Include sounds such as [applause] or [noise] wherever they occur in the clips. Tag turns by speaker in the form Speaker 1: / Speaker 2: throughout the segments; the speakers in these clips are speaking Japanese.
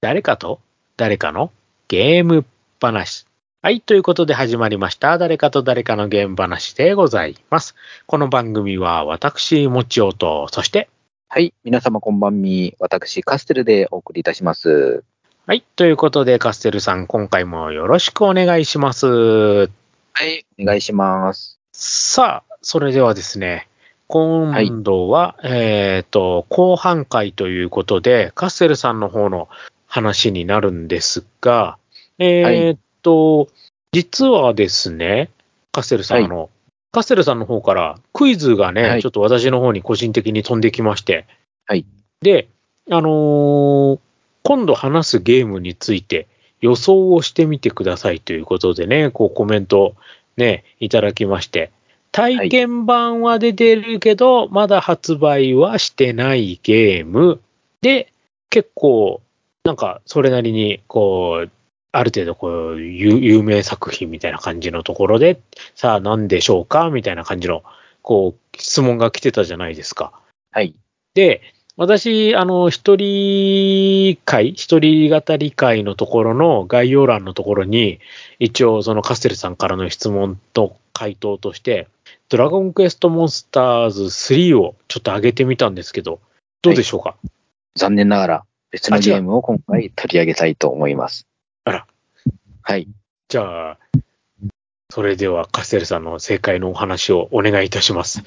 Speaker 1: 誰かと誰かのゲーム話。はい。ということで始まりました。誰かと誰かのゲーム話でございます。この番組は私、もちおと、そして、
Speaker 2: はい。皆様こんばんみ。私、カステルでお送りいたします。
Speaker 1: はい。ということで、カステルさん、今回もよろしくお願いします。
Speaker 2: はい。お願いします。
Speaker 1: さあ、それではですね、今度は、えっ、と、後半回ということで、カッセルさんの方の話になるんですが、えっ、と、実はですね、カッセルさん、
Speaker 2: はい
Speaker 1: あの、カッセルさんの方からクイズがね、
Speaker 2: はい
Speaker 1: ちょっと私の方に個人的に飛んできまして、
Speaker 2: はい。
Speaker 1: で、あのー今度話すゲームについて予想をしてみてくださいということでね、こうコメントね、いただきまして、体験版は出てるけど、まだ発売はしてないゲームで、結構、なんかそれなりに、こう、ある程度こう、有有名作品みたいな感じのところで、さあ何でしょうかみたいな感じの、こう、質問が来てたじゃないですか。
Speaker 2: はい。
Speaker 1: で、私、あの、一人会、一人語り会のところの概要欄のところに、一応そのカステルさんからの質問と回答として、ドラゴンクエストモンスターズ3をちょっと上げてみたんですけど、どうでしょうか、
Speaker 2: 残念ながら、別
Speaker 1: あ
Speaker 2: の
Speaker 1: 違う
Speaker 2: ゲームを今回取り上げたいと思います。
Speaker 1: あら。
Speaker 2: はい。
Speaker 1: じゃあ、それではカステルさんの正解のお話をお願いいたします。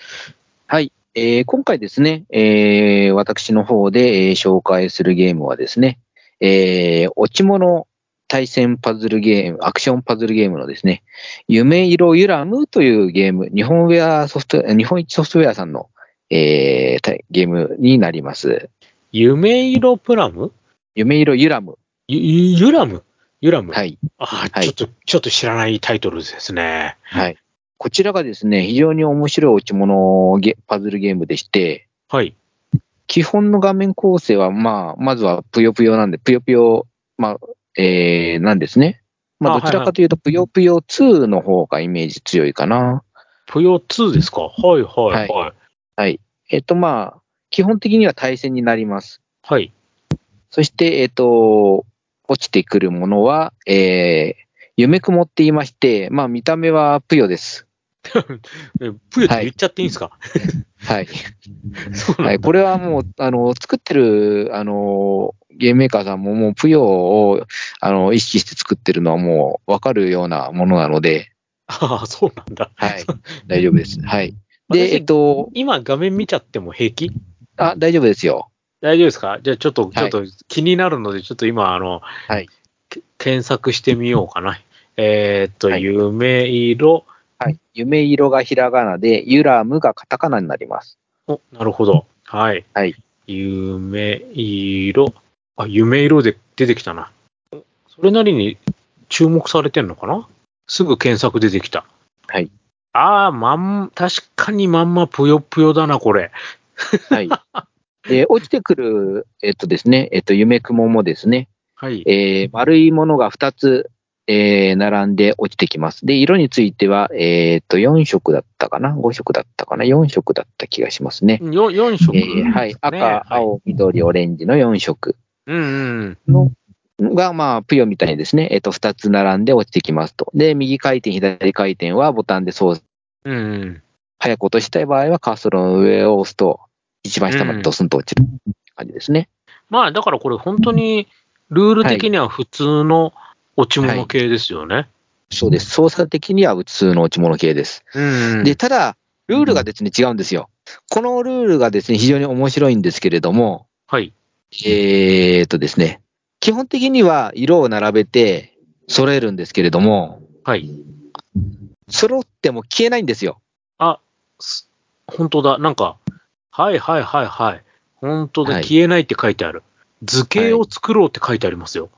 Speaker 2: えー今回ですね、えー私の方で、えー紹介するゲームはですね、えー落ち物対戦パズルゲーム、アクションパズルゲームのですね、夢色ゆらむというゲーム、日本ウェアソフト、日本一ソフトウェアさんの、えーたゲームになります。
Speaker 1: 夢色プラム
Speaker 2: 夢色ゆらむ。
Speaker 1: ゆゆゆらむゆらむ、
Speaker 2: はい。
Speaker 1: ああ、
Speaker 2: はい
Speaker 1: ちょっと、ちょっと知らないタイトルですね。
Speaker 2: はい。こちらがですね、非常に面白い落ち物ゲパズルゲームでして、
Speaker 1: はい。
Speaker 2: 基本の画面構成は、まあ、まずはぷよぷよなんで、ぷよぷよ、まあ、えー、なんですね。ま
Speaker 1: あ
Speaker 2: あ、どちらかというと、ぷよぷよ2の方がイメージ強いかな。
Speaker 1: ぷよ2ですかはいはいはい。
Speaker 2: はい。えっ、と、まあ、基本的には対戦になります。
Speaker 1: はい。
Speaker 2: そして、えっ、と、落ちてくるものは、えー、夢雲って言いまして、まあ、見た目はぷよです。
Speaker 1: えぷよって言っちゃっていいんですか、
Speaker 2: はい。
Speaker 1: そう
Speaker 2: [laughs] は
Speaker 1: なん
Speaker 2: い、これはもう、あの、作ってる、あの、ゲームメーカーさんももう、プヨを、あの、意識して作ってるのはもう、わかるようなものなので、
Speaker 1: ああ、そうなんだ。
Speaker 2: はい、大丈夫です。はい。
Speaker 1: 私
Speaker 2: で、えっと、
Speaker 1: 今画面見ちゃっても平気
Speaker 2: あ、大丈夫ですよ。
Speaker 1: 大丈夫ですかじゃあちょっと、
Speaker 2: い
Speaker 1: ちょっと気になるので、ちょっと今、あの、
Speaker 2: はい
Speaker 1: け検索してみようかな。えーっと、
Speaker 2: はい
Speaker 1: 夢色。
Speaker 2: はい。夢色がひらがなで、ゆらむがカタカナになります。
Speaker 1: お、なるほど。はい。
Speaker 2: はい。
Speaker 1: 夢色。あ、夢色で出てきたな。おそれなりに注目されてんのかなすぐ検索出てきた。
Speaker 2: はい。
Speaker 1: ああ、まん、確かにまんまぷよぷよだな、これ。 [laughs]
Speaker 2: はい。で、落ちてくる、えっとですね、えっと、夢雲もですね、
Speaker 1: はい。
Speaker 2: えー丸いものが2つ、えー並んで落ちてきます。で、色については、えっと、4色だったかな ?5 色だったかな ?4 色だった気がしますね。
Speaker 1: よ4色、
Speaker 2: えーはい。赤、
Speaker 1: はい。
Speaker 2: 青、緑、オレンジの4色
Speaker 1: うんうん。
Speaker 2: のが、まあ、ぷよみたいにですね、えっと、2つ並んで落ちてきますと。で、右回転、左回転はボタンで操作、
Speaker 1: うんうん。
Speaker 2: 早く落としたい場合はカーソルの上を押すと、一番下までドスンと落ちる感じですね。
Speaker 1: まあ、だからこれ本当に、ルール的には普通の落ち物系ですよね。
Speaker 2: そうです。操作的には普通の落ち物系です。
Speaker 1: うんうん。
Speaker 2: で、ただ、ルールがですね、違うんですよ。このルールがですね、非常に面白いんですけれども、
Speaker 1: はい。
Speaker 2: えー、っとですね、基本的には色を並べて揃えるんですけれども、
Speaker 1: はい。
Speaker 2: 揃っても消えないんですよ。
Speaker 1: す本当だ。なんか、はいはいはいはい。本当だ。
Speaker 2: はい
Speaker 1: 消えないって書いてある。図形を作ろうって書いてありますよ。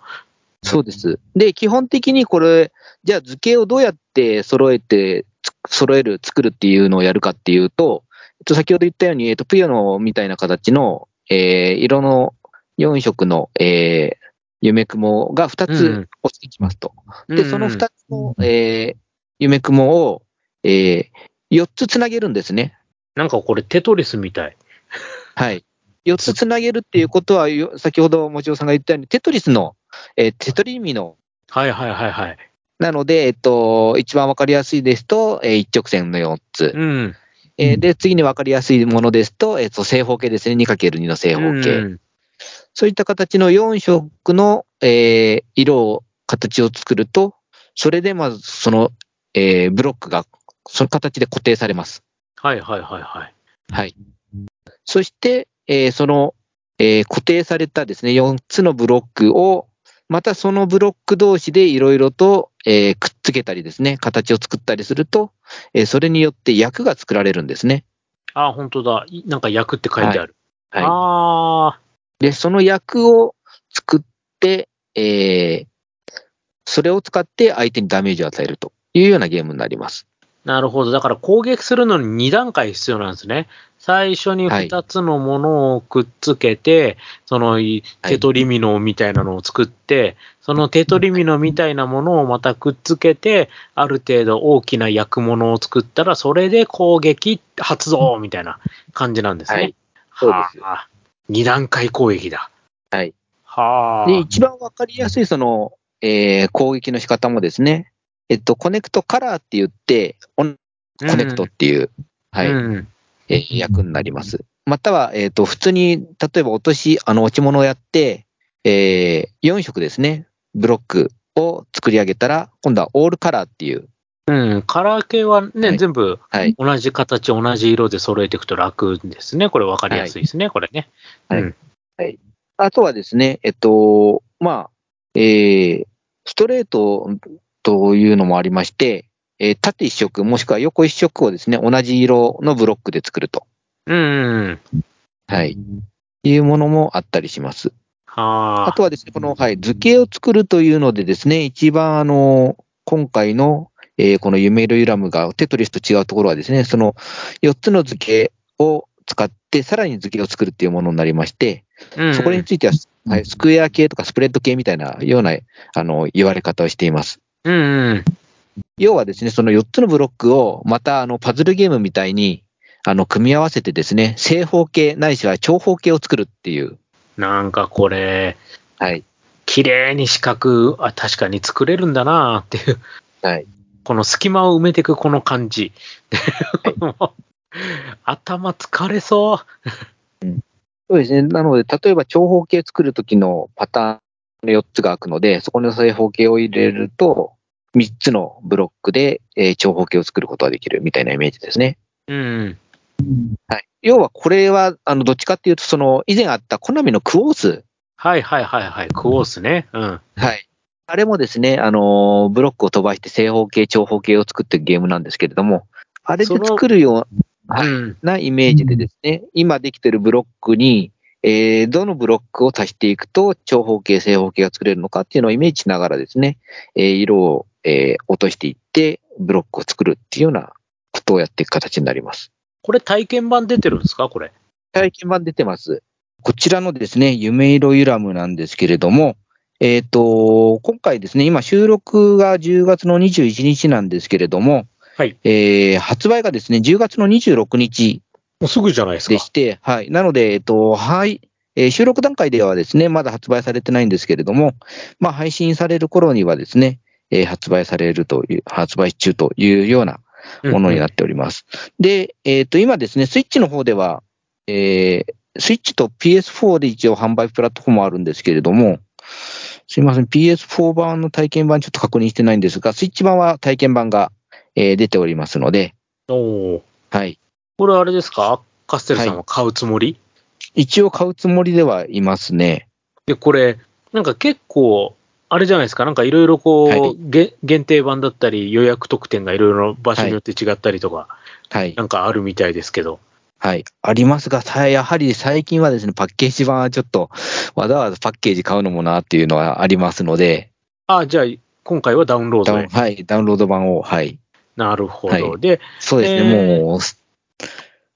Speaker 2: そうです。で、基本的にこれ、じゃあ図形をどうやって揃えて、つ揃える、作るっていうのをやるかっていうと、えっと、先ほど言ったように、えっと、プヨのみたいな形の、えー色の4色の、えー夢雲が2つ落ちてきますと。で、その
Speaker 1: 二
Speaker 2: 2つの、えー夢雲を、え4つつなげるんですね。
Speaker 1: なんかこれテトリスみたい。
Speaker 2: はい。 4つつなげるっていうことは、よ先ほどもちおさんが言ったように、テトリスの、えーテトリミの、
Speaker 1: はいはいはいはい。
Speaker 2: なので、えっと、一番わかりやすいですと、えー一直線の4つ。
Speaker 1: うん。
Speaker 2: えーで、次にわかりやすいものですと、えっと、正方形ですね。2×2 の正方形。
Speaker 1: うん
Speaker 2: そういった形の4色の、えー色を、形を作ると、それでまずその、えーブロックが、その形で固定されます。
Speaker 1: はいはいはいはい。
Speaker 2: はい。そして、えーその、えー固定されたですね、4つのブロックを、またそのブロック同士でいろいろと、えーくっつけたりですね、形を作ったりすると、えーそれによって役が作られるんですね。
Speaker 1: あ、本当だ。いなんか役って書いてある。
Speaker 2: はい。
Speaker 1: あ
Speaker 2: で、その役を作って、えーそれを使って相手にダメージを与えるというようなゲームになります。
Speaker 1: ー、なるほど。だから攻撃するのに2段階必要なんですね。最初に
Speaker 2: はい
Speaker 1: 2つのものをくっつけて、そのい
Speaker 2: はい
Speaker 1: テトリミノみたいなのを作って、そのテトリミノみたいなものをまたくっつけて、ある程度大きな役物を作ったら、それで攻撃発動みたいな感じなんですね。
Speaker 2: はいそうです
Speaker 1: はあ。2段階攻撃だ。
Speaker 2: はい。
Speaker 1: はあ。
Speaker 2: で、一番わかりやすいその、えー攻撃の仕方もですね、えっと、コネクトカラーって言って、オンコネクトっていう、はい、
Speaker 1: うん
Speaker 2: えー役になります。または、えっ、と、普通に、例えば落とし、あの、落ち物をやって、え4色ですね、ブロックを作り上げたら、今度はオールカラーっていう、
Speaker 1: うん、カラー系はね、
Speaker 2: はい
Speaker 1: 全部
Speaker 2: はい、
Speaker 1: 同じ形、同じ色で揃えていくと楽ですね。これ分かりやすいですね、これね。
Speaker 2: はい
Speaker 1: うん
Speaker 2: あとはですね、えっと、まあ、えーストレートというのもありまして、えー縦一色、もしくは横一色をですね、同じ色のブロックで作ると。
Speaker 1: うん。
Speaker 2: はい。いうものもあったりします。あ
Speaker 1: は
Speaker 2: とはですね、この、はい、図形を作るというのでですね、一番あの、今回の、えーこのユメイロユラムがテトリスと違うところはですね、その4つの図形を使って、さらに図形を作るっていうものになりまして、
Speaker 1: あ
Speaker 2: そこについては、はい、スクエア系とかスプレッド系みたいなようなあの言われ方をしています。
Speaker 1: うん、うん。
Speaker 2: 要はですね、その4つのブロックをまたあのパズルゲームみたいにあの組み合わせてですね、正方形ないしは長方形を作るっていう。
Speaker 1: なんかこれ、
Speaker 2: はい。
Speaker 1: 綺麗に四角、あ、確かに作れるんだなっていう、
Speaker 2: はい。
Speaker 1: この隙間を埋めていくこの感じ。 [laughs] 頭疲れそ
Speaker 2: そうですね。なので、例えば長方形作るときのパターンの4つが開くので、そこの正方形を入れると、3つのブロックで、えー長方形を作ることができるみたいなイメージですね。
Speaker 1: う。うん。
Speaker 2: はい。要は、これは、あの、どっちかっていうと、その、以前あったコナミのクオース
Speaker 1: はいはいはいはい。クオースね。うん。
Speaker 2: はい。あれもですね、あのーブロックを飛ばして正方形、長方形を作っていくゲームなんですけれども、あれで作るようはい
Speaker 1: うん。
Speaker 2: なイメージでですね、今できてるブロックに、えーどのブロックを足していくと長方形、正方形が作れるのかっていうのをイメージしながらですね、えー色を、えー落としていって、ブロックを作るっていうようなことをやっていく形になります。
Speaker 1: これ体験版出てるんですかこれ。
Speaker 2: 体験版出てます。こちらのですね、夢色ユラムなんですけれども、えっ、と、今回ですね、今収録が10月の21日なんですけれども、
Speaker 1: はい
Speaker 2: えー発売がですね、10月の26日
Speaker 1: もうすぐじゃないです
Speaker 2: でして、はい。なので、えっ、と、はい。えー収録段階ではですね、まだ発売されてないんですけれども、まあ、配信される頃にはですね、えー発売されるという、発売中というようなものになっております。で、えっ、と、今ですね、スイッチの方では、えー、スイッチと PS4 で一応販売プラットフォームあるんですけれども、すいません、PS4 版の体験版ちょっと確認してないんですが、スイッチ版は体験版が、えー出ておりますので、
Speaker 1: おおー。
Speaker 2: はい。
Speaker 1: これあれですかカステルさんは買うつもり、
Speaker 2: 一応買うつもりではいますね。
Speaker 1: で、これ、なんか結構、あれじゃないですか、なんかいろいろこう、
Speaker 2: はい
Speaker 1: げ限定版だったり、予約特典がいろいろ場所によって違ったりとか、
Speaker 2: はい。
Speaker 1: なんかあるみたいですけど。
Speaker 2: はい。ありますが、さやはり最近はですね、パッケージ版はちょっと、わざわざパッケージ買うのもなっていうのはありますので、
Speaker 1: あじゃあ、今回はダウンロー
Speaker 2: ダ
Speaker 1: ド
Speaker 2: ウン
Speaker 1: で。
Speaker 2: はい、ダウンロード版を、はい。
Speaker 1: なるほど。
Speaker 2: はい
Speaker 1: で、
Speaker 2: そうです
Speaker 1: え
Speaker 2: ね、
Speaker 1: ー
Speaker 2: もう、す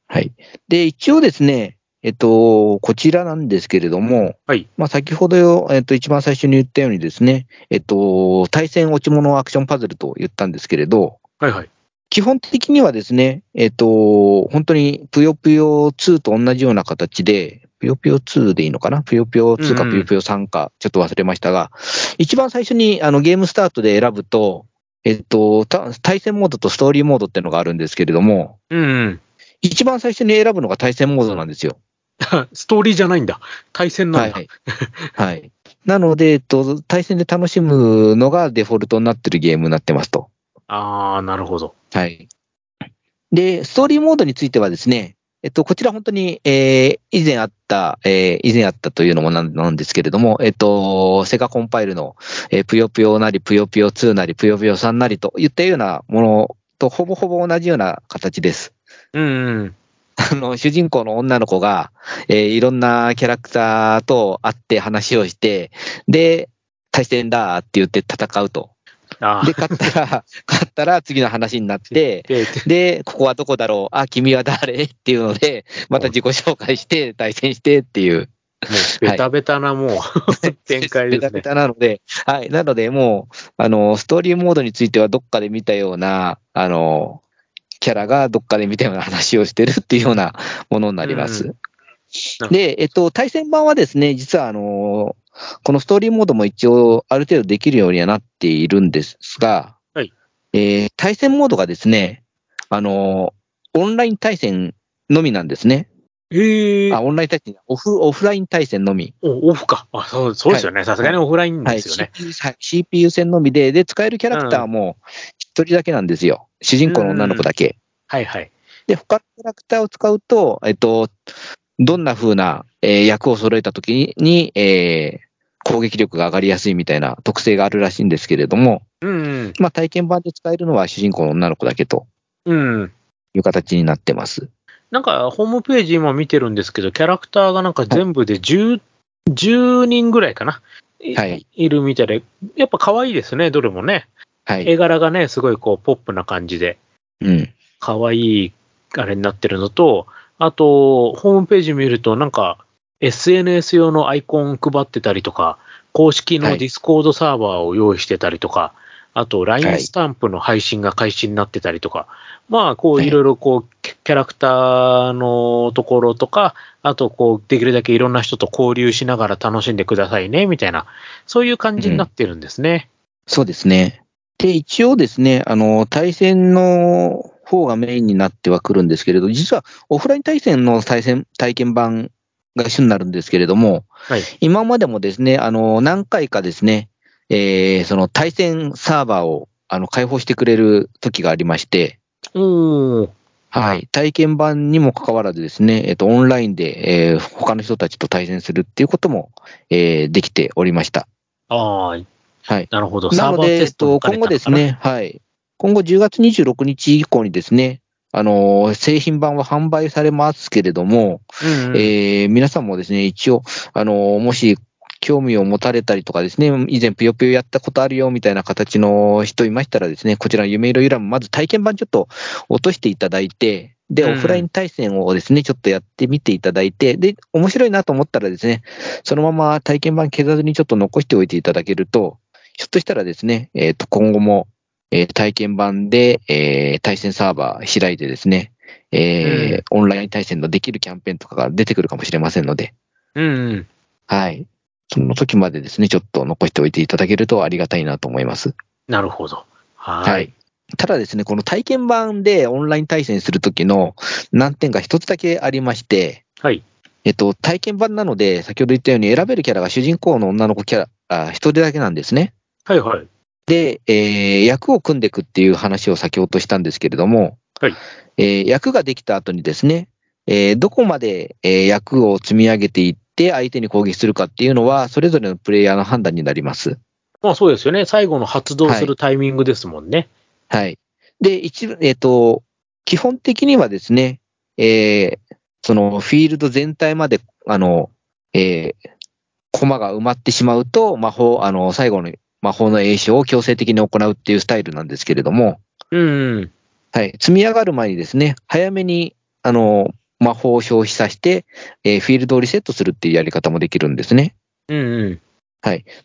Speaker 2: はい。で、一応ですね、えっと、こちらなんですけれども、
Speaker 1: はい
Speaker 2: まあ、先ほどよ、えっと、一番最初に言ったようにですね、えっと、対戦落ち物アクションパズルと言ったんですけれど、
Speaker 1: はいはい。
Speaker 2: 基本的にはですね、えっと、本当にぷよぷよ2と同じような形で、ぷよぷよ2でいいのかなぷよぷよ2か
Speaker 1: うん
Speaker 2: ぷよぷよ3か、ちょっと忘れましたが、一番最初にあのゲームスタートで選ぶと、えっと、た対戦モードとストーリーモードってのがあるんですけれども、
Speaker 1: うん。 [laughs]
Speaker 2: 一番最初に選ぶのが対戦モードなんですよ。
Speaker 1: ストーリーじゃないんだ。対戦な
Speaker 2: は
Speaker 1: んだ。
Speaker 2: い。はい。なので、えっと、対戦で楽しむのがデフォルトになってるゲームになってますと。
Speaker 1: ああ、なるほど。
Speaker 2: はい。で、ストーリーモードについてはですね、えっと、こちら本当に、えー以前あった、えー以前あったというのもなんなんですけれども、えっと、セガコンパイルの、えーぷよぷよなり、ぷよぷよ2なり、ぷよぷよ3なりといったようなものとほぼほぼ同じような形です。 [laughs]
Speaker 1: うん、うん。
Speaker 2: あの、主人公の女の子が、えーいろんなキャラクターと会って話をして、で、対戦だーって言って戦うと。
Speaker 1: ああ
Speaker 2: で、。勝った [laughs] ら、勝ったら次の話になって、
Speaker 1: で、
Speaker 2: [laughs] で、ここはどこだろうあ、君は誰っていうので、また自己紹介して、対戦してっていう
Speaker 1: もう
Speaker 2: [laughs]
Speaker 1: ベタベタなもう、展開
Speaker 2: ベ
Speaker 1: で
Speaker 2: タ
Speaker 1: す
Speaker 2: ベ
Speaker 1: ね。
Speaker 2: タなので、はい。なので、もう、あの、ストーリーモードについてはどっかで見たような、あの、キャラがどっかで見たような話をしてるっていうようなものになります。
Speaker 1: うんほど
Speaker 2: で、えっと、対戦版はですね、実はあの、このストーリーモードも一応ある程度できるようにはなっているんですが、
Speaker 1: はい
Speaker 2: えー対戦モードがですね、あの、オンライン対戦のみなんですね。
Speaker 1: ええ
Speaker 2: あ、オンライン対戦、オフ、オフライン対戦のみ。
Speaker 1: おオフか。あ、そう、そうですよね。さすがにオフライン
Speaker 2: はい
Speaker 1: ですよね。
Speaker 2: CPU はい CPU 戦のみで、で、使えるキャラクターも一人だけなんですよ。主人公の女の子だけ。
Speaker 1: はいはい。
Speaker 2: で、他のキャラクターを使うと、えっと、どんな風な、えー役を揃えた時に、えー攻撃力が上がりやすいみたいな特性があるらしいんですけれども、
Speaker 1: うん、
Speaker 2: まあ体験版で使えるのは主人公の女の子だけと
Speaker 1: うん。うん。
Speaker 2: いう形になってます。
Speaker 1: なんか、ホームページ今見てるんですけど、キャラクターがなんか全部で10、10人ぐらいかな。
Speaker 2: はい。
Speaker 1: いるみたいで、やっぱ可愛いですね、どれもね。
Speaker 2: はい。
Speaker 1: 絵柄がね、すごいこう、ポップな感じで、
Speaker 2: うん。
Speaker 1: 可愛い、あれになってるのと、あと、ホームページ見ると、なんか、SNS 用のアイコン配ってたりとか、公式
Speaker 2: は
Speaker 1: の
Speaker 2: い
Speaker 1: ディスコードサーバーを用意してたりとか、あと、
Speaker 2: は
Speaker 1: LINE
Speaker 2: い
Speaker 1: スタンプの配信が開始になってたりとか、まあ、こ
Speaker 2: は
Speaker 1: う、
Speaker 2: い
Speaker 1: いろいろこう、キキャラクターのところとか、あと、こう、できるだけいろんな人と交流しながら楽しんでくださいね、みたいな、そういう感じになってるんですね。
Speaker 2: そうですね。で、一応ですね、あの、対戦の方がメインになってはくるんですけれど、実はオフライン対戦の対戦、体験版が一緒になるんですけれども、
Speaker 1: はい。
Speaker 2: 今までもですね、あの、何回かですね、えーその対戦サーバーを、あの、開放してくれる時がありまして、
Speaker 1: おー。
Speaker 2: はい。体験版にもかかわらずですね、えっと、オンラインで、えー他の人たちと対戦するっていうことも、えーできておりました。
Speaker 1: ああ、
Speaker 2: はい。
Speaker 1: なるほど。
Speaker 2: な
Speaker 1: サー
Speaker 2: の
Speaker 1: バー
Speaker 2: で、え
Speaker 1: テ
Speaker 2: っ
Speaker 1: ストも
Speaker 2: と、
Speaker 1: 兼ね
Speaker 2: 今
Speaker 1: た
Speaker 2: 後で
Speaker 1: の
Speaker 2: す
Speaker 1: かな。
Speaker 2: ね、はい。今後10月26日以降にですね、あのー、製品版は販売されますけれども、
Speaker 1: うんうん
Speaker 2: えー皆さんもですね、一応、あのー、もし、興味を持たれたりとかですね、以前ぷよぷよやったことあるよみたいな形の人いましたらですね、こちらの夢色ゆらもまず体験版ちょっと落としていただいて、で、
Speaker 1: うん
Speaker 2: オフライン対戦をですね、ちょっとやってみていただいて、で、面白いなと思ったらですね、そのまま体験版消さずにちょっと残しておいていただけると、ひょっとしたらですね、えっ、と、今後も、えー体験版で、えー対戦サーバー開いてですね、えーオンライン対戦のできるキャンペーンとかが出てくるかもしれませんので、
Speaker 1: うんうん。
Speaker 2: はい。その時までですね、ちょっと残しておいていただけるとありがたいなと思います。
Speaker 1: なるほど。はい。。
Speaker 2: ただですね、この体験版でオンライン対戦する時の難点が一つだけありまして、
Speaker 1: はい。
Speaker 2: えっと、体験版なので、先ほど言ったように選べるキャラが主人公の女の子キャラ、あ一人だけなんですね。
Speaker 1: はいはい。
Speaker 2: で、えー役を組んでいくっていう話を先ほどしたんですけれども、
Speaker 1: はい
Speaker 2: えー役ができた後にですね、えーどこまで、えー役を積み上げていって相手に攻撃するかっていうのは、それぞれのプレイヤーの判断になります。
Speaker 1: まあそうですよね。最後の発動するタイミングですもんね。
Speaker 2: はい。で、一部、えっ、と、基本的にはですね、えーそのフィールド全体まで、あの、えー、コマが埋まってしまうと、魔法、あの、最後の魔法の栄称を強制的に行うっていうスタイルなんですけれども、
Speaker 1: うんうん。
Speaker 2: はい。積み上がる前にですね、早めに、あの、魔法を消費させて、えーフィールドをリセットするっていうやり方もできるんですね。
Speaker 1: うんうん。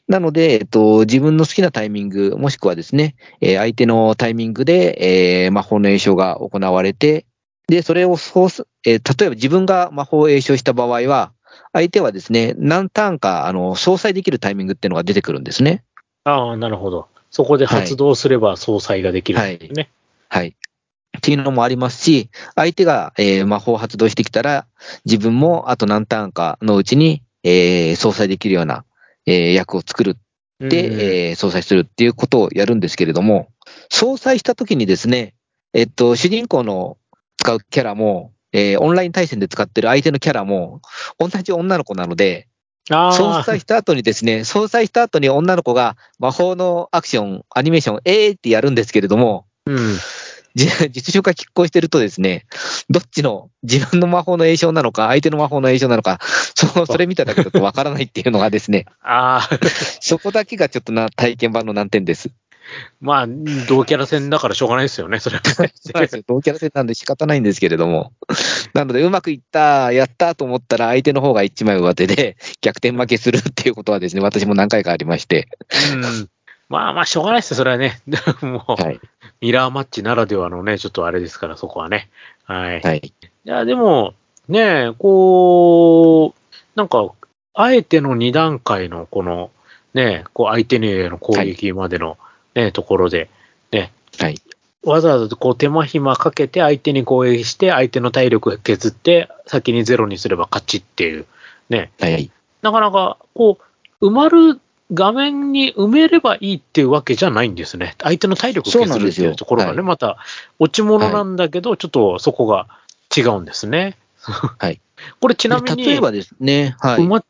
Speaker 2: なので、えっと、自分の好きなタイミング、もしくはですね、えー相手のタイミングで、えー魔法の栄称が行われて、で、それをそうす、えー例えば自分が魔法を栄称した場合は、相手はですね、何ターンか、あの、相殺できるタイミングっていうのが出てくるんですね。
Speaker 1: ああ、なるほど。そこで発動すれば総裁ができるんですね。
Speaker 2: はい。っていうのもありますし、相手が、えー魔法を発動してきたら、自分もあと何ターンかのうちに、えー、相殺できるような、えー役を作るで、えー相殺するっていうことをやるんですけれども、相殺した時にですね、えっと、主人公の使うキャラも、えーオンライン対戦で使ってる相手のキャラも、同じ女の子なので、
Speaker 1: うん、あ
Speaker 2: 相
Speaker 1: あ、
Speaker 2: 殺した後にですね、相殺した後に女の子が魔法のアクション、アニメーション、えーってやるんですけれども、
Speaker 1: うん。
Speaker 2: じ [laughs] 実力が拮抗してるとですね、どっちの自分の魔法の栄称なのか、相手の魔法の栄称なのか、そそれ見ただけだとわからないっていうのがですね、
Speaker 1: あ [laughs] あ、
Speaker 2: そこだけがちょっとな体験版の難点です。
Speaker 1: まあ、同キャラ戦だからしょうがないですよね、それは。
Speaker 2: そうなんですよ。同キャラ戦なんで仕方ないんですけれども。なので、うまくいった、やったと思ったら、相手の方が一枚上手で、逆転負けするっていうことはですね、私も何回かありまして。
Speaker 1: うん。まあまあ、しょうがないですよ、それはね。もう、
Speaker 2: はい。
Speaker 1: ミラーマッチならではのね、ちょっとあれですから、そこはね。はい。い、
Speaker 2: はい。
Speaker 1: や、でも、ねえ、こう、なんか、あえての2段階の、この、ねえ、こう相手への攻撃までの、ねところで、
Speaker 2: はい。
Speaker 1: わざわざこう手間暇かけて相手に攻撃して、相手の体力削って、先にゼロにすれば勝ちっていう、ね、
Speaker 2: はい。
Speaker 1: なかなか、こう、埋まる、画面に埋めればいいっていうわけじゃないんですね。相手の体力を
Speaker 2: そうな
Speaker 1: 削
Speaker 2: ん
Speaker 1: る
Speaker 2: で
Speaker 1: って
Speaker 2: す
Speaker 1: い
Speaker 2: よ
Speaker 1: うところがね、
Speaker 2: は
Speaker 1: また落ち物なんだけど、ちょっとそこが違うんですね。
Speaker 2: い
Speaker 1: [laughs] これちなみに、
Speaker 2: 例えばですね、はい。
Speaker 1: 埋ま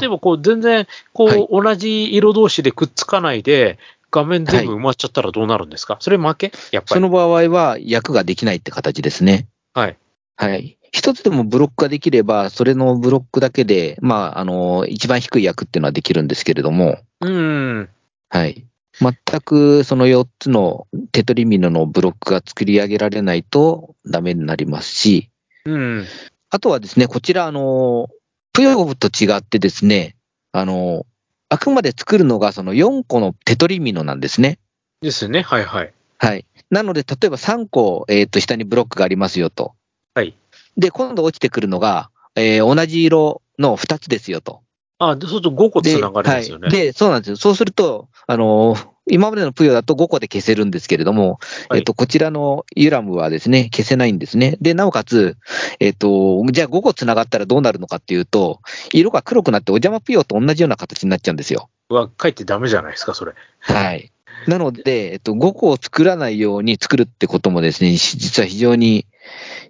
Speaker 1: 例えばこう全然、こう、
Speaker 2: はい
Speaker 1: 同じ色同士でくっつかないで、画面全部埋まっちゃったらどうなるんですか、それ負けやっぱ
Speaker 2: そ
Speaker 1: り。
Speaker 2: の場合は、役ができないって形ですね。
Speaker 1: はい。
Speaker 2: はい。一つでもブロックができれば、それのブロックだけで、まあ、あの、一番低い役っていうのはできるんですけれども、
Speaker 1: うん。
Speaker 2: はい。全くその4つのテトリミノのブロックが作り上げられないとダメになりますし、
Speaker 1: うん。
Speaker 2: あとはですね、こちら、あの、プヨブと違ってですね、あの、あくまで作るのがその4個のテトリミノなんですね。
Speaker 1: ですね。はいはい。
Speaker 2: はい。なので、例えば3個、えっ、と、下にブロックがありますよと。
Speaker 1: はい。
Speaker 2: で、今度落ちてくるのが、えー同じ色の2つですよと。
Speaker 1: あ、でそうすると5個つ
Speaker 2: で
Speaker 1: ながるんですよね。
Speaker 2: はい。で、そうなんですよ。そうすると、あのー今までのプヨだと5個で消せるんですけれども、
Speaker 1: はい
Speaker 2: えっと、こちらのユラムはですね、消せないんですね。で、なおかつ、えっと、じゃあ5個繋がったらどうなるのかっていうと、色が黒くなってお邪魔プヨと同じような形になっちゃうんですよ。
Speaker 1: は書いてダメじゃないですか、それ。
Speaker 2: はい。なので、えっと、5個を作らないように作るってこともですね、し実は非常に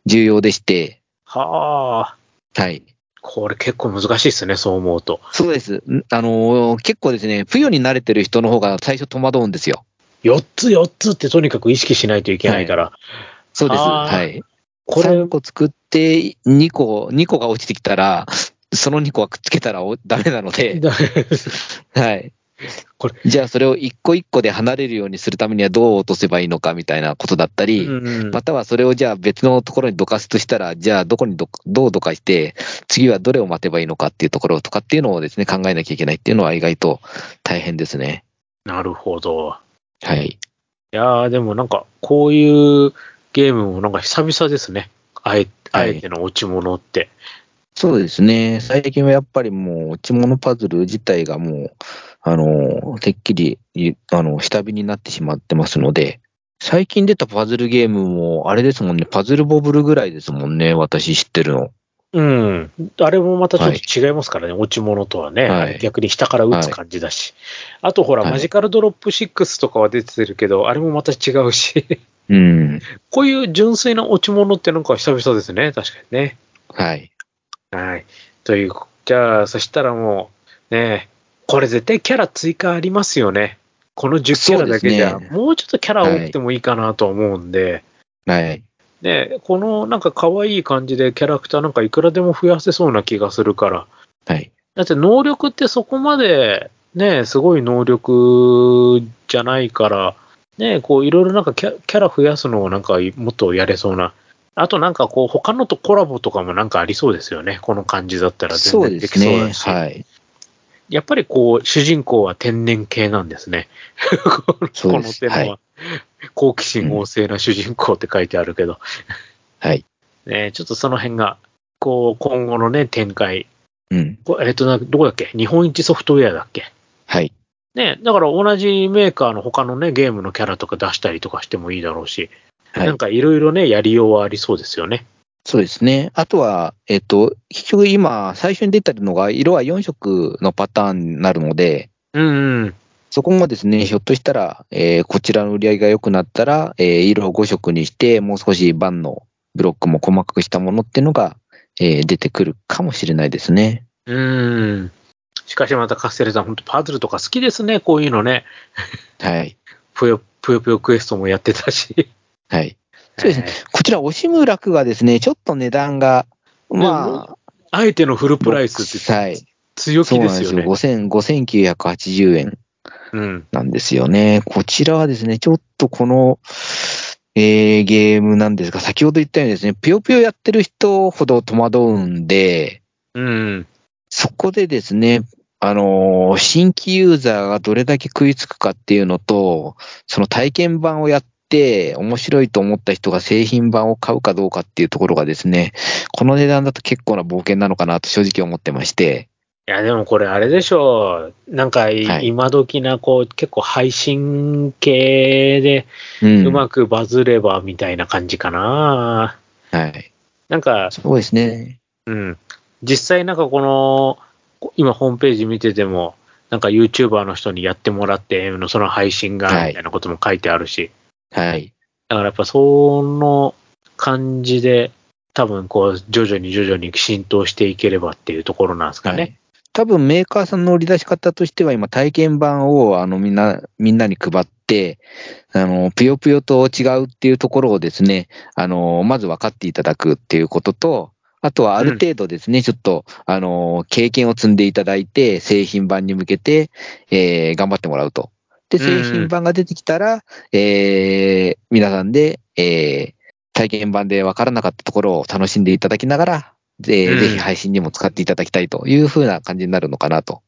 Speaker 2: 重要でして、
Speaker 1: はあ、
Speaker 2: はい。
Speaker 1: これ結構難しいですね、そう思うと。
Speaker 2: そうです。んあのー結構ですね、プヨに慣れてる人の方が最初戸惑うんですよ。
Speaker 1: 4つ4つってとにかく意識しないといけないから、
Speaker 2: そうです。
Speaker 1: あー
Speaker 2: はい。
Speaker 1: これ、
Speaker 2: 3個作って、2個、2個が落ちてきたら、その2個はくっつけたらおダメなので、
Speaker 1: だ
Speaker 2: はい。
Speaker 1: これ
Speaker 2: じゃあそれを1個1個で離れるようにするためにはどう落とせばいいのかみたいなことだっ
Speaker 1: [laughs]
Speaker 2: た
Speaker 1: う
Speaker 2: り、
Speaker 1: ん、
Speaker 2: またはそれをじゃあ別のところにどかすとしたら、じゃあどこにどどうどかして、次はどれを待てばいいのかっていうところとかっていうのをですね、考えなきゃいけないっていうのは意外と大変ですね。
Speaker 1: なるほど。
Speaker 2: はい。
Speaker 1: いやー、でもなんか、こういうゲームもなんか久々ですね。あえあえての落ち物って。
Speaker 2: そうですね。最近はやっぱりもう、落ち物パズル自体がもう、あの、てっきり、いあの、下火になってしまってますので、最近出たパズルゲームも、あれですもんね、パズルボブルぐらいですもんね、私知ってるの。
Speaker 1: うん。あれもまたちょっと違いますからね、落ち物とはね、
Speaker 2: はい
Speaker 1: 逆に下から打つ感じだし。あとほら、
Speaker 2: はい
Speaker 1: マジカルドロップ6とかは出てるけど、あれもまた違うし。
Speaker 2: うん。
Speaker 1: こういう純粋な落ち物ってなんか久々ですね、確かにね。
Speaker 2: はい。
Speaker 1: はい。という、じゃあ、そしたらもう、ねえ、これ絶対キャラ追加ありますよね。この10キャラだけじゃ、
Speaker 2: そうですね
Speaker 1: もうちょっとキャラ多くてもいいかなと思うんで、
Speaker 2: はい。
Speaker 1: ねえこのなんか可愛い感じでキャラクターなんかいくらでも増やせそうな気がするから。
Speaker 2: はい。
Speaker 1: だって能力ってそこまで、ねえすごい能力じゃないから、ねえこういろいろなんかキャキャラ増やすのをなんかもっとやれそうな。あとなんかこう他のとコラボとかもなんかありそうですよね。この感じだったら全
Speaker 2: そう
Speaker 1: 然
Speaker 2: で
Speaker 1: でき
Speaker 2: す
Speaker 1: そう
Speaker 2: ね。
Speaker 1: だし。
Speaker 2: はい。
Speaker 1: やっぱりこう、主人公は天然系なんですね。この
Speaker 2: そうです
Speaker 1: 手のは、
Speaker 2: はい
Speaker 1: 好奇心旺盛な主人公って書いてあるけど、
Speaker 2: はい。
Speaker 1: [laughs] ね、ちょっとその辺が、こう、今後のね、展開
Speaker 2: うん。
Speaker 1: こえっ、とな、どこだっけ日本一ソフトウェアだっけ
Speaker 2: はい。
Speaker 1: ね、だから同じメーカーの他のね、ゲームのキャラとか出したりとかしてもいいだろうし、
Speaker 2: はい
Speaker 1: なんかいろいろね、やりようはありそうですよね。
Speaker 2: そうですね。あとは、えっと、結局今、最初に出てるのが、色は4色のパターンになるので、
Speaker 1: うん、うん。
Speaker 2: そこもですね、ひょっとしたら、えーこちらの売り上げが良くなったら、えー色を5色にして、もう少し番のブロックも細かくしたものっていうのが、えー出てくるかもしれないですね。
Speaker 1: うん。しかしまたカステレさん、本当パズルとか好きですね、こういうのね。
Speaker 2: はい。
Speaker 1: ぷよ、ぷよぷよクエストもやってたし。
Speaker 2: はい。そう
Speaker 1: [laughs]
Speaker 2: ですね。こちら、オシムラクがですね、ちょっと値段が、まあ、
Speaker 1: あえてのフルプライスって
Speaker 2: はい。
Speaker 1: 強
Speaker 2: そ
Speaker 1: 気
Speaker 2: う
Speaker 1: で
Speaker 2: なん
Speaker 1: す
Speaker 2: で
Speaker 1: よ
Speaker 2: すよ。
Speaker 1: ね。
Speaker 2: 5000 5980円
Speaker 1: うん。
Speaker 2: なんですよね。こちらはですね、ちょっとこの、えーゲームなんですが、先ほど言ったようにですね、ぷよぷよやってる人ほど戸惑うんで、
Speaker 1: うん。
Speaker 2: そこでですね、あのー新規ユーザーがどれだけ食いつくかっていうのと、その体験版をやって、面白いと思った人が製品版を買うかどうかっていうところがですね、この値段だと結構な冒険なのかなと正直思ってまして、
Speaker 1: いや、でもこれあれでしょう。なんかい、
Speaker 2: はい
Speaker 1: 今時な、こう、結構配信系で
Speaker 2: うん。
Speaker 1: うまくバズればみたいな感じかな。
Speaker 2: はい。
Speaker 1: なんか、
Speaker 2: そうですね。
Speaker 1: うん。実際なんかこの、こ今ホームページ見てても、なんか YouTuber の人にやってもらって、のその配信が、
Speaker 2: はい
Speaker 1: みたいなことも書いてあるし、
Speaker 2: はい。
Speaker 1: だからやっぱその感じで、多分こう、徐々に徐々に浸透していければっていうところなんですか
Speaker 2: は
Speaker 1: ね。
Speaker 2: い。多分メーカーさんの売り出し方としては今体験版をあのみんな、みんなに配って、あの、ぷよぷよと違うっていうところをですね、あの、まず分かっていただくっていうことと、あとはある程度ですね、ちょっと、あの、経験を積んでいただいて、製品版に向けて、えー頑張ってもらうと。で、
Speaker 1: うん
Speaker 2: 製品版が出てきたら、えー皆さんで、えー体験版で分からなかったところを楽しんでいただきながら、ぜ
Speaker 1: うん
Speaker 2: ぜひ配信にも使っていただきたいというふうな感じになるのかなと。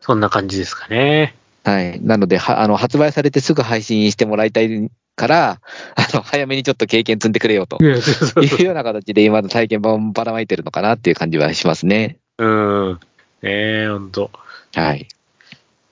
Speaker 1: そんな感じですかね。
Speaker 2: はい。なので、はあの発売されてすぐ配信してもらいたいから、あの早めにちょっと経験積んでくれよ
Speaker 1: [laughs]
Speaker 2: と
Speaker 1: いやそうそう
Speaker 2: いう
Speaker 1: そう
Speaker 2: ような形で今の体験版をばらまいてるのかなっていう感じはしますね。
Speaker 1: [laughs] うん。ねえ、ほんと。
Speaker 2: はい。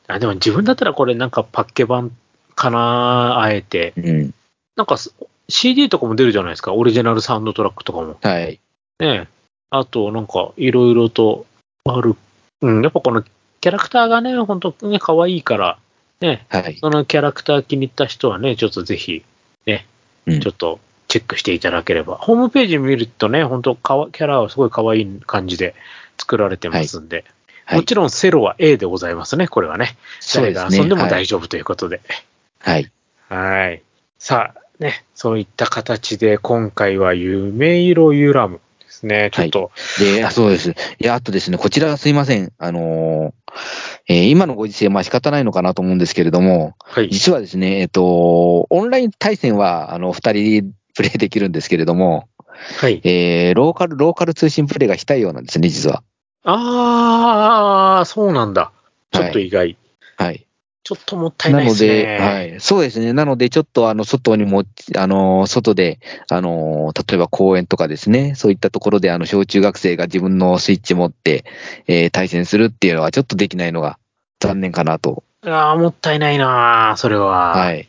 Speaker 1: あ、でも自分だったらこれなんかパッケ版かな、あえて。
Speaker 2: うん。
Speaker 1: なんかす CD とかも出るじゃないですか。オリジナルサウンドトラックとかも。
Speaker 2: はい。
Speaker 1: ねえ。あと、なんか、いろいろとある。うん、やっぱこのキャラクターがね、ほんとね、可愛いから、ね、
Speaker 2: はい。
Speaker 1: そのキャラクター気に入った人はね、ちょっとぜひ、ね、
Speaker 2: うん
Speaker 1: ちょっとチェックしていただければ。ホームページ見るとね、本当かわキャラはすごい可愛い感じで作られてますんで、
Speaker 2: はい
Speaker 1: もちろんセロは A でございますね、これはね。
Speaker 2: そうで
Speaker 1: 誰が
Speaker 2: す
Speaker 1: 遊ん
Speaker 2: ね。
Speaker 1: でも
Speaker 2: は
Speaker 1: 大
Speaker 2: い。
Speaker 1: 丈夫ということで。
Speaker 2: はい。
Speaker 1: はい。さあ、ね、そういった形で今回は夢色ユラムですね。ちょっと、
Speaker 2: で、あそうです。いや、あとですね、こちらすいません。あのーえー今のご時世、まあ仕方ないのかなと思うんですけれども、
Speaker 1: はい。
Speaker 2: 実はですね、えっと、オンライン対戦は、あの、二人プレイできるんですけれども、
Speaker 1: はい。
Speaker 2: えーローカル、ローカル通信プレイが非対応なんですね、実は。
Speaker 1: あー、そうなんだ。ちょっと意外。
Speaker 2: はい。
Speaker 1: ちょっともったいないですね。
Speaker 2: なので、はい。そうですね。なので、ちょっと、あの、外にも、あの、外で、あの、例えば公園とかですね、そういったところで、あの、小中学生が自分のスイッチ持って、えー対戦するっていうのは、ちょっとできないのが残念かなと。
Speaker 1: ああ、もったいないなあそれは。
Speaker 2: はい。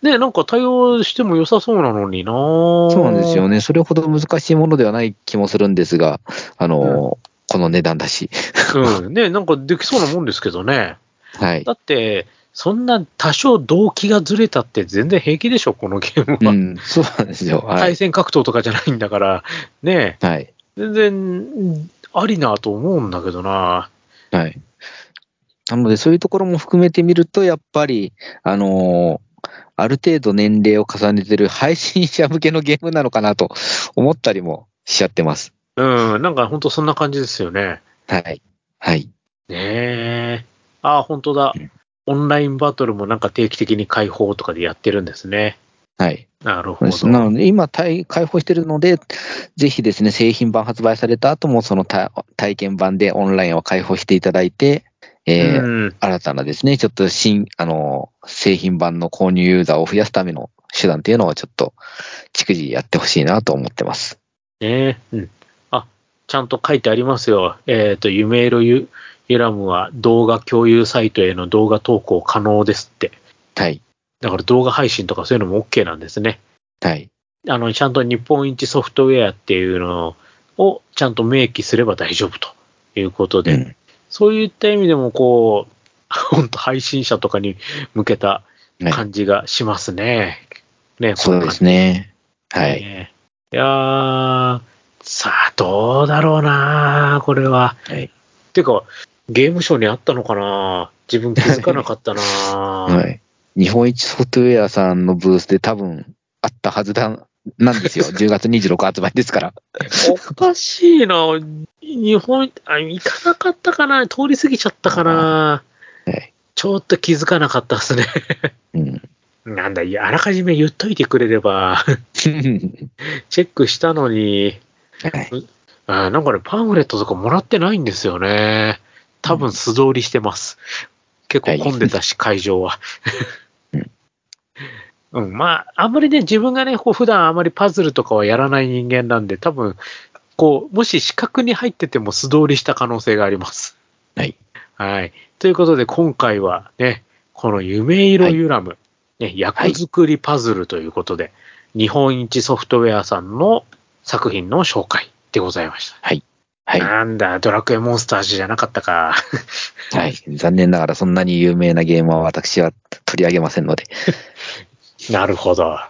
Speaker 1: ねなんか対応しても良さそうなのになそ
Speaker 2: そうなんですよ。ね。それほど難しいものではない気もするんですが、あの、
Speaker 1: う
Speaker 2: この値段だし。
Speaker 1: うん。ねなんかできそうなもんですけどね。
Speaker 2: はい。
Speaker 1: だって、そんな多少動機がずれたって全然平気でしょ、このゲーム
Speaker 2: う
Speaker 1: は。
Speaker 2: ん、そうなんですよ。は
Speaker 1: 対
Speaker 2: い。
Speaker 1: 戦格闘とかじゃないんだから、ね
Speaker 2: はい。
Speaker 1: 全然ありなと思うんだけどな
Speaker 2: はい。なので、そういうところも含めてみると、やっぱり、あのーある程度年齢を重ねてる配信者向けのゲームなのかなと思ったりもしちゃってます。
Speaker 1: うん、なんか本当そんな感じですよね。
Speaker 2: はい。はい。
Speaker 1: ねえ。ああ、本当だ
Speaker 2: うん。
Speaker 1: オンラインバトルもなんか定期的に開放とかでやってるんですね。
Speaker 2: はい。
Speaker 1: なる
Speaker 2: そう
Speaker 1: ほ
Speaker 2: で
Speaker 1: ど。
Speaker 2: すなので、今、対開放してるので、ぜひですね、製品版発売された後も、その体体験版でオンラインを開放していただいて、えー
Speaker 1: うん、
Speaker 2: 新たなですね、ちょっと新、あの、製品版の購入ユーザーを増やすための手段っていうのをちょっと、逐次やってほしいなと思ってます。
Speaker 1: ねえ、うん。あ、ちゃんと書いてありますよ。えっ、と、夢色ユユラムは動画共有サイトへの動画投稿可能ですって。
Speaker 2: はい。
Speaker 1: だから動画配信とかそういうのも OK なんですね。
Speaker 2: はい。
Speaker 1: あの、ちゃんと日本一ソフトウェアっていうのをちゃんと明記すれば大丈夫ということで、
Speaker 2: うん
Speaker 1: そういった意味でもこう、 [laughs] 本当配信者とかに向けた
Speaker 2: はい
Speaker 1: 感じがしますね。ね、
Speaker 2: そうですね。はい。
Speaker 1: ねいやー、さあ、どうだろうなこれは。
Speaker 2: はい。
Speaker 1: てか、ゲームショーにあったのかな自分気づかなかったな
Speaker 2: [laughs] はい。日本一ソフトウェアさんのブースで多分あったはずだ、なんですよ。10月26発売ですから。
Speaker 1: おかしいな日本、あ、行かなかったかな通り過ぎちゃったかな
Speaker 2: はい。
Speaker 1: ちょっと気づかなかったっすね。 [laughs]
Speaker 2: うん。
Speaker 1: なんだ、いやあらかじめ言っといてくれれば、チェックしたのに、
Speaker 2: はい。
Speaker 1: あなんかね、パンフレットとかもらってないんですよね。多分素通りしてます。結構混んでたし、会場は。
Speaker 2: うん
Speaker 1: うん、まあ、あんまりね、自分がね、こう普段あまりパズルとかはやらない人間なんで、多分、こう、もし視覚に入ってても素通りした可能性があります。
Speaker 2: はい。
Speaker 1: はい。ということで、今回はね、この夢色ユラム、ね、役作りパズルということで、日本一ソフトウェアさんの作品の紹介でございました。
Speaker 2: はい。
Speaker 1: なんだ、ドラクエモンスターズじゃなかったか。
Speaker 2: はい。残念ながらそんなに有名なゲームは私は取り上げませんので。
Speaker 1: [laughs] なるほど。
Speaker 2: は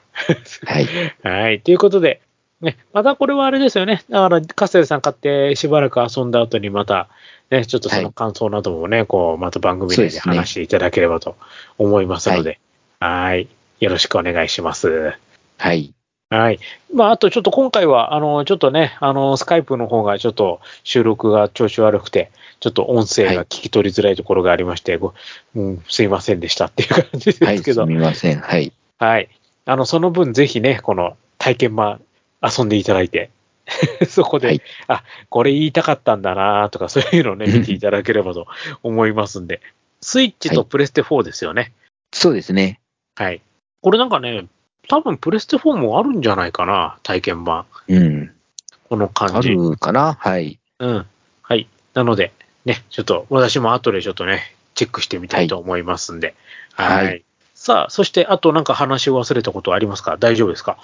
Speaker 2: い。
Speaker 1: はい。ということで、ね、またこれはあれですよね。だから、カステルさん買ってしばらく遊んだ後にまた、ね、ちょっとそ
Speaker 2: は
Speaker 1: の
Speaker 2: い
Speaker 1: 感想などもね、こう、また番組
Speaker 2: そう
Speaker 1: 内
Speaker 2: で
Speaker 1: です
Speaker 2: ね
Speaker 1: 話していただければと思いますので、はいよろしくお願いします。
Speaker 2: はい。
Speaker 1: はい。まあ、あとちょっと今回は、あの、ちょっとね、あの、スカイプの方がちょっと収録が調子悪くて、ちょっと音声が聞き取りづらいところがありまして、ごうん、すいませんでしたっていう感じ
Speaker 2: は
Speaker 1: で [laughs]
Speaker 2: い。
Speaker 1: すけ
Speaker 2: す
Speaker 1: ど、はい。
Speaker 2: みません。はい。
Speaker 1: あの、その分ぜひね、この体験版遊んでいただいて、 [laughs] そこで、
Speaker 2: はい
Speaker 1: あ、これ言いたかったんだなとか、そういうのをね、見ていただければと思いますんで、スイッチとプレステ4ですよね。
Speaker 2: そうですね。
Speaker 1: はい。これなんかね、多分プレステ4もあるんじゃないかな、体験版。
Speaker 2: うん。
Speaker 1: この感
Speaker 2: あ
Speaker 1: じ。
Speaker 2: るかなはい。
Speaker 1: うん。はい。なので、ね、ちょっと、私も後でちょっとね、チェックしてみたいと思いますんで。は。
Speaker 2: はいい
Speaker 1: さあ、そして、あとなんか話を忘れたことありますか大丈夫ですか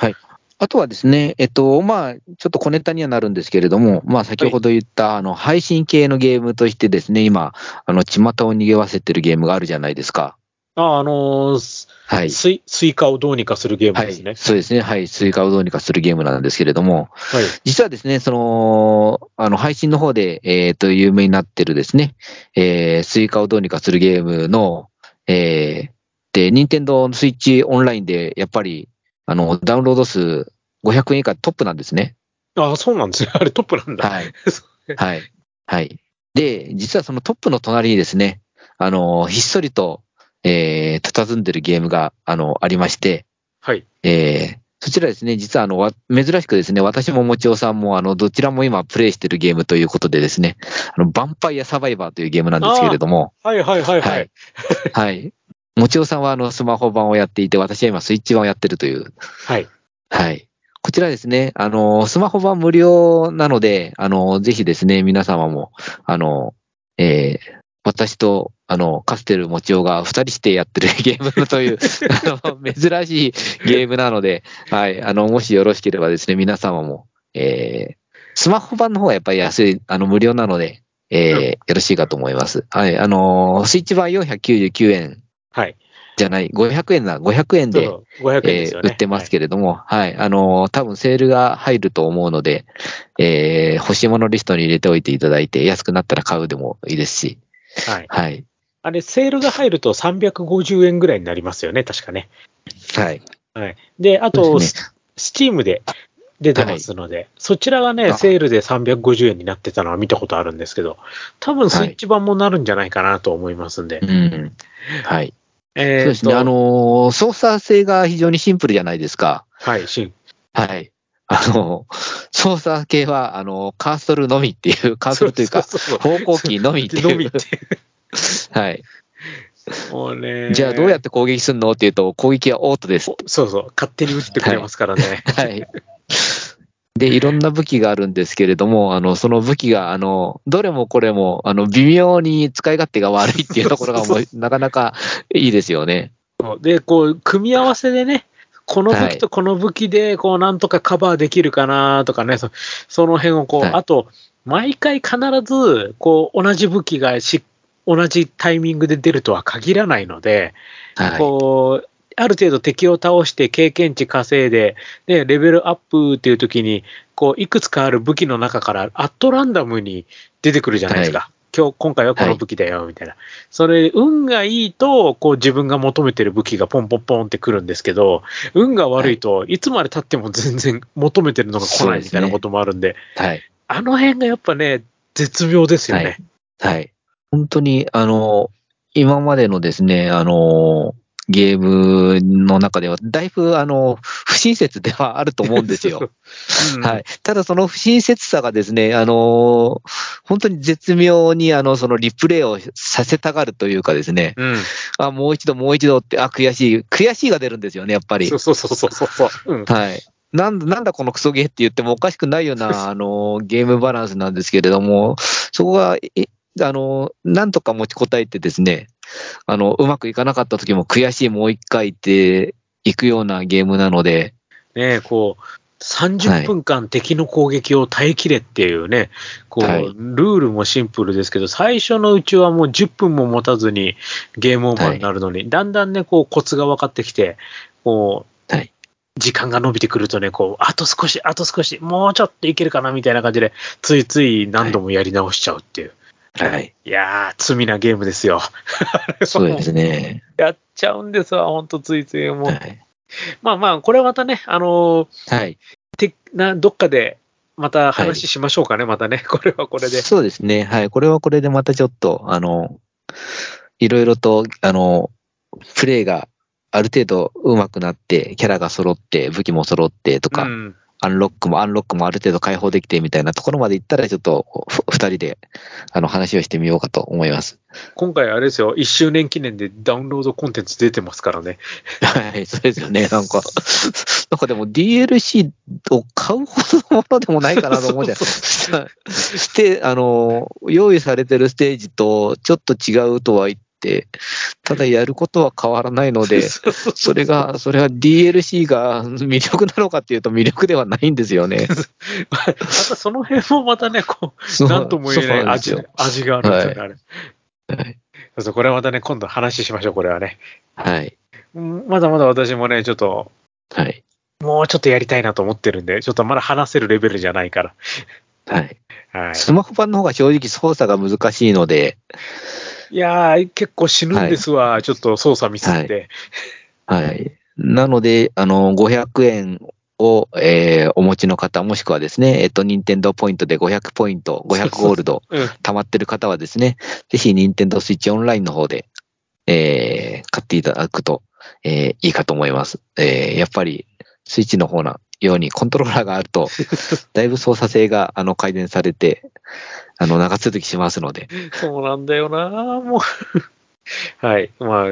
Speaker 2: あとはですね、えっと、まあ、ちょっと小ネタにはなるんですけれども、まあ、先ほど言った、あの、配信系のゲームとしてですね、今、あの、巷を逃げわせてるゲームがあるじゃないですか。
Speaker 1: あ、あのーす
Speaker 2: はい。
Speaker 1: スイ、スイカをどうにかするゲーム
Speaker 2: は
Speaker 1: ですね
Speaker 2: い。。そうですね。はい。スイカをどうにかするゲームなんですけれども、
Speaker 1: はい。
Speaker 2: 実はですね、その、あの、配信の方で、えっ、と、有名になってるですね、えー、スイカをどうにかするゲームの、えー、で、任天堂のスイッチオンラインで、やっぱり、あの、ダウンロード数500円以下トップなんですね。
Speaker 1: あ、そうなんですね。あ [laughs] れトップなんだ。 [laughs]
Speaker 2: はい。はい。はい。で、実はそのトップの隣にですね、あの、ひっそりと、えー、佇んでるゲームが、あの、ありまして、
Speaker 1: はい。
Speaker 2: えー、そちらですね、実はあの、わ珍しくですね、私ももちおさんも、あの、どちらも今プレイしてるゲームということでですね、あの、ヴァンパイアサバイバーというゲームなんですけれども、
Speaker 1: はいはいはいは
Speaker 2: はいい。。 [laughs] はい。もちおさんはあの、スマホ版をやっていて、私は今スイッチ版をやってるという
Speaker 1: はい。
Speaker 2: はい。こちらですね、あの、スマホ版無料なので、あの、ぜひですね、皆様も、あの、えー私と、あの、カステルもちおが二人してやってる [laughs] ゲームという、あの、珍しいゲームなので、はい、あの、もしよろしければですね、皆様も、えースマホ版の方はやっぱり安い、あの、無料なので、えー
Speaker 1: うん
Speaker 2: よろしいかと思います。はい、あの、スイッチ版499円
Speaker 1: はい。
Speaker 2: じゃない、500円な、500円で、
Speaker 1: そうそう500円です
Speaker 2: えー
Speaker 1: よね。
Speaker 2: 売ってますけれども、はい、あのー多分セールが入ると思うので、えー欲しいものリストに入れておいていただいて、安くなったら買うでもいいですし、
Speaker 1: はい。はい。
Speaker 2: はい、
Speaker 1: あれ、セールが入ると350円ぐらいになりますよね。確かね。
Speaker 2: はい、
Speaker 1: はい。で、あ
Speaker 2: そう
Speaker 1: と、
Speaker 2: ですね
Speaker 1: スチームで出てますので、そちらがね、
Speaker 2: あ
Speaker 1: セールで350円になってたのは見たことあるんですけど、多分スイッチ版もなるんじゃないかなと思いますんで。
Speaker 2: うん、はい、
Speaker 1: えー
Speaker 2: そうで
Speaker 1: っ
Speaker 2: すね、
Speaker 1: と
Speaker 2: あのー操作性が非常にシンプルじゃないですか、
Speaker 1: はい、シン。
Speaker 2: はい、あのー操作系はあのーカーソルのみっ
Speaker 1: [laughs]
Speaker 2: ていう、カーソルというか、
Speaker 1: そうそうそう
Speaker 2: 方向キーのみっ
Speaker 1: [laughs]
Speaker 2: て
Speaker 1: のみ
Speaker 2: い
Speaker 1: っ
Speaker 2: う
Speaker 1: て、
Speaker 2: [laughs] はい、
Speaker 1: もうね。
Speaker 2: じゃあどうやって攻撃するのっていうと、攻撃はオートです
Speaker 1: おそうそう、勝手に打ってくれますからね。
Speaker 2: はい。で、いろんな武器があるんですけれども、あの、その武器が、あの、どれもこれも、あの、微妙に使い勝手が悪いっていうところがもう、なかなかいいですよね。
Speaker 1: で、こう、組み合わせでね、この武器とこの武器で、こう、なんとかカバーできるかなとかね、そその辺をこう、
Speaker 2: はい
Speaker 1: あと、毎回必ず、こう、同じ武器がし、同じタイミングで出るとは限らないので、
Speaker 2: はい。
Speaker 1: こう、ある程度敵を倒して経験値稼いで、で、レベルアップっていう時に、こう、いくつかある武器の中から、アットランダムに出てくるじゃないですか。今日、今回はこの武器だよ、みたいな。それ、運がいいと、こう、自分が求めてる武器がポンポンポンってくるんですけど、運が悪いと、いつまで経っても全然求めてるのが来ないみたいなこともあるんで、
Speaker 2: はい。
Speaker 1: あの辺がやっぱね、絶妙ですよね。
Speaker 2: はい。本当に、あの、今までのですね、あの、ゲームの中では、だいぶ、あの、不親切ではあると思うんですよ。
Speaker 1: [laughs] うん
Speaker 2: はい。ただその不親切さがですね、あのー本当に絶妙に、あの、そのリプレイをさせたがるというかですね、
Speaker 1: うん。
Speaker 2: あ、もう一度もう一度って、あ、悔しい、悔しいが出るんですよね、やっぱり
Speaker 1: そう。そうそうそうそう。うん。
Speaker 2: はい。なんだ、なんだこのクソゲーって言ってもおかしくないような、あのーゲームバランスなんですけれども、そこが、えあのーなんとか持ちこたえてですね、あの、うまくいかなかった時も悔しいもう一回って、いくようなゲームなので、
Speaker 1: ね、こう、30分間敵の攻撃を耐えきれっていうね、こう、
Speaker 2: はい
Speaker 1: ルールもシンプルですけど、最初のうちはもう10分も持たずにゲームオーバーになるのに、だんだんね、こう、コツが分かってきて、こう、
Speaker 2: はい
Speaker 1: 時間が伸びてくるとね、こう、あと少し、あと少し、もうちょっといけるかなみたいな感じで、ついつい何度もやり直しちゃうっていう。
Speaker 2: はい。
Speaker 1: い、やー、罪なゲームですよ。
Speaker 2: そうですね。
Speaker 1: [laughs] やっちゃうんですわ、ほんとついつい。もう、
Speaker 2: はい。
Speaker 1: まあまあ、これはまたね、あのー
Speaker 2: はい。
Speaker 1: てなどっかでまた話しましょうかね、またね、 [laughs] これはこれで。
Speaker 2: そうですね。はい。これはこれでまたちょっと、あの、いろいろと、あの、プレイがある程度上手くなって、キャラが揃って、武器も揃ってとか、
Speaker 1: うん、
Speaker 2: アンロックもアンロックもある程度解放できてみたいなところまで行ったら、ちょっと、ふ二人で、あの、話をしてみようかと思います。
Speaker 1: 今回あれですよ、1周年記念でダウンロードコンテンツ出てますからね。
Speaker 2: はい。そうですよね。なんか、 [laughs] なんかでも DLC を買うほどのものでもないかなと
Speaker 1: [laughs]
Speaker 2: 思うじゃん。 [laughs] ステあの、用意されてるステージとちょっと違うとは言って、ただやることは変わらないので、
Speaker 1: [laughs] そうそう
Speaker 2: それが、それは DLC が魅力なのかっていうと魅力ではないんですよね。
Speaker 1: またその辺もまたね、こう、
Speaker 2: そう
Speaker 1: [laughs] なんとも言えない
Speaker 2: そうなんで
Speaker 1: 味
Speaker 2: すよ。
Speaker 1: 味があるんですよね、あれ。
Speaker 2: はい
Speaker 1: そうそうこれはまたね、今度話しましょう、これはね。
Speaker 2: はい。
Speaker 1: うんまだまだ私もね、ちょっと、
Speaker 2: はい。
Speaker 1: もうちょっとやりたいなと思ってるんで、ちょっとまだ話せるレベルじゃないから。
Speaker 2: はい。
Speaker 1: はい。
Speaker 2: スマホ版の方が正直操作が難しいので、
Speaker 1: いやー、結構死ぬんですわ、ちょっと操作ミスって。
Speaker 2: はい。なので、あの、500円を、えーお持ちの方、もしくはですね、えっと、任天堂ポイントで500ポイント、500ゴールド、
Speaker 1: うん。
Speaker 2: 溜まってる方はですね、ぜひ Nintendo Switch Online の方で、えー買っていただくと、えーいいかと思います。えーやっぱり、スイッチの方のようにコントローラーがあ
Speaker 1: [laughs]
Speaker 2: ると、だいぶ操作性があの改善されて、あの、長続きしますので、
Speaker 1: そうなんだよなもう。 [laughs] はい。まあ、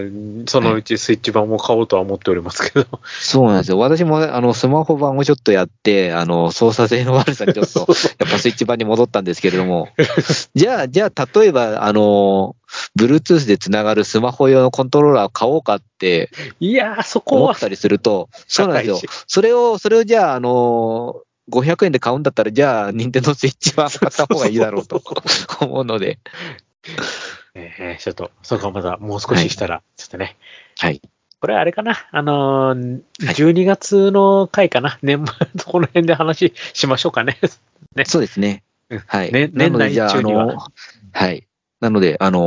Speaker 1: そのうちスイッチ版も買おうとは思っておりますけど。
Speaker 2: そうなんですよ。私も、あの、スマホ版をちょっとやって、あの、操作性の悪さにちょっと、やっぱスイッチ版に戻ったんですけれども、 [laughs] じゃあ、じゃあ、例えば、あの、Bluetooth でつながるスマホ用のコントローラーを買おうかって、
Speaker 1: [laughs] いやー、そこ
Speaker 2: 思っ
Speaker 1: は。
Speaker 2: たりすると、そうなんですよ
Speaker 1: 高いし。
Speaker 2: それを、それをじゃあ、あのー、500円で買うんだったら、じゃあ、任天堂スイッチは買った方がいいだろ
Speaker 1: [laughs]
Speaker 2: うと思うので、
Speaker 1: えーちょっと、そこはまだもう少ししたら、ちょっとね。
Speaker 2: はい。
Speaker 1: これあれかなあのー、
Speaker 2: はい
Speaker 1: 12月の回かな年末、この辺で話しましょうかね。
Speaker 2: そうですね
Speaker 1: うん。
Speaker 2: はい。
Speaker 1: ね
Speaker 2: な
Speaker 1: 年
Speaker 2: ので
Speaker 1: 内
Speaker 2: じゃあ、
Speaker 1: 中
Speaker 2: あ
Speaker 1: には
Speaker 2: のー、はい。なので、あの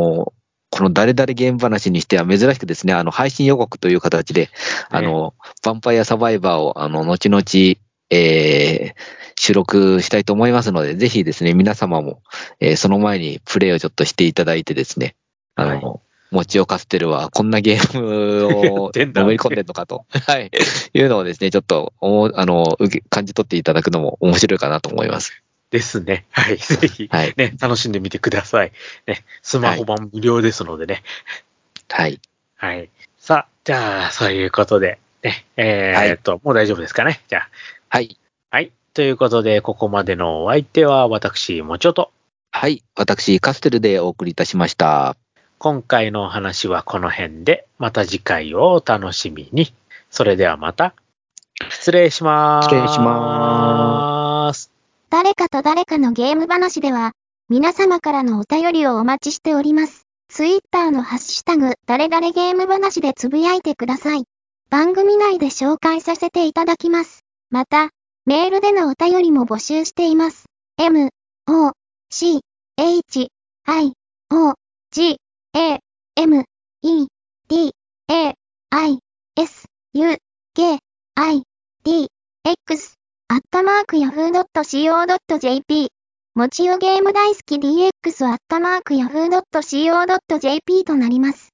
Speaker 2: ー、この誰々ゲーム話にしては珍しくですね、あの、配信予告という形で、あの、ヴァンパイアサバイバーを、あの、後々、えー、収録したいと思いますので、ぜひですね、皆様も、えーその前にプレイをちょっとしていただいてですね、あの、持ちよカステルはこんなゲーム
Speaker 1: やっ [laughs]
Speaker 2: を
Speaker 1: てんだ
Speaker 2: のめり込んでんのかと、 [laughs] はい、いうのをですね、ちょっと思う、あの、受け感じ取っていただくのも面白いかなと思います。
Speaker 1: ですね。はい。ぜひ、
Speaker 2: はい。
Speaker 1: ね、楽しんでみてください。ね、スマホ版無料ですのでね。
Speaker 2: はい。
Speaker 1: はい。さあ、じゃあ、そういうことで、ね、えーっと、もう大丈夫ですかね。じゃあ。
Speaker 2: はい。
Speaker 1: はい。ということで、ここまでのお相手は私、もちょと。
Speaker 2: はい。私、カステルでお送りいたしました。
Speaker 1: 今回のお話はこの辺で、また次回をお楽しみに。それではまた、失礼します。。
Speaker 2: 失礼します
Speaker 3: 誰かと誰かのゲーム話では、皆様からのお便りをお待ちしております。ツイッターのハッシュタグ、誰々ゲーム話でつぶやいてください。番組内で紹介させていただきます。また、メールでのお便りも募集しています。m, o, c, h, i, o, g, a, m, e, d, a, i, s, u, k, i, d, x アットマーク yahoo.co.jp。もちよゲーム大好き DX アットマーク yahoo.co.jp となります。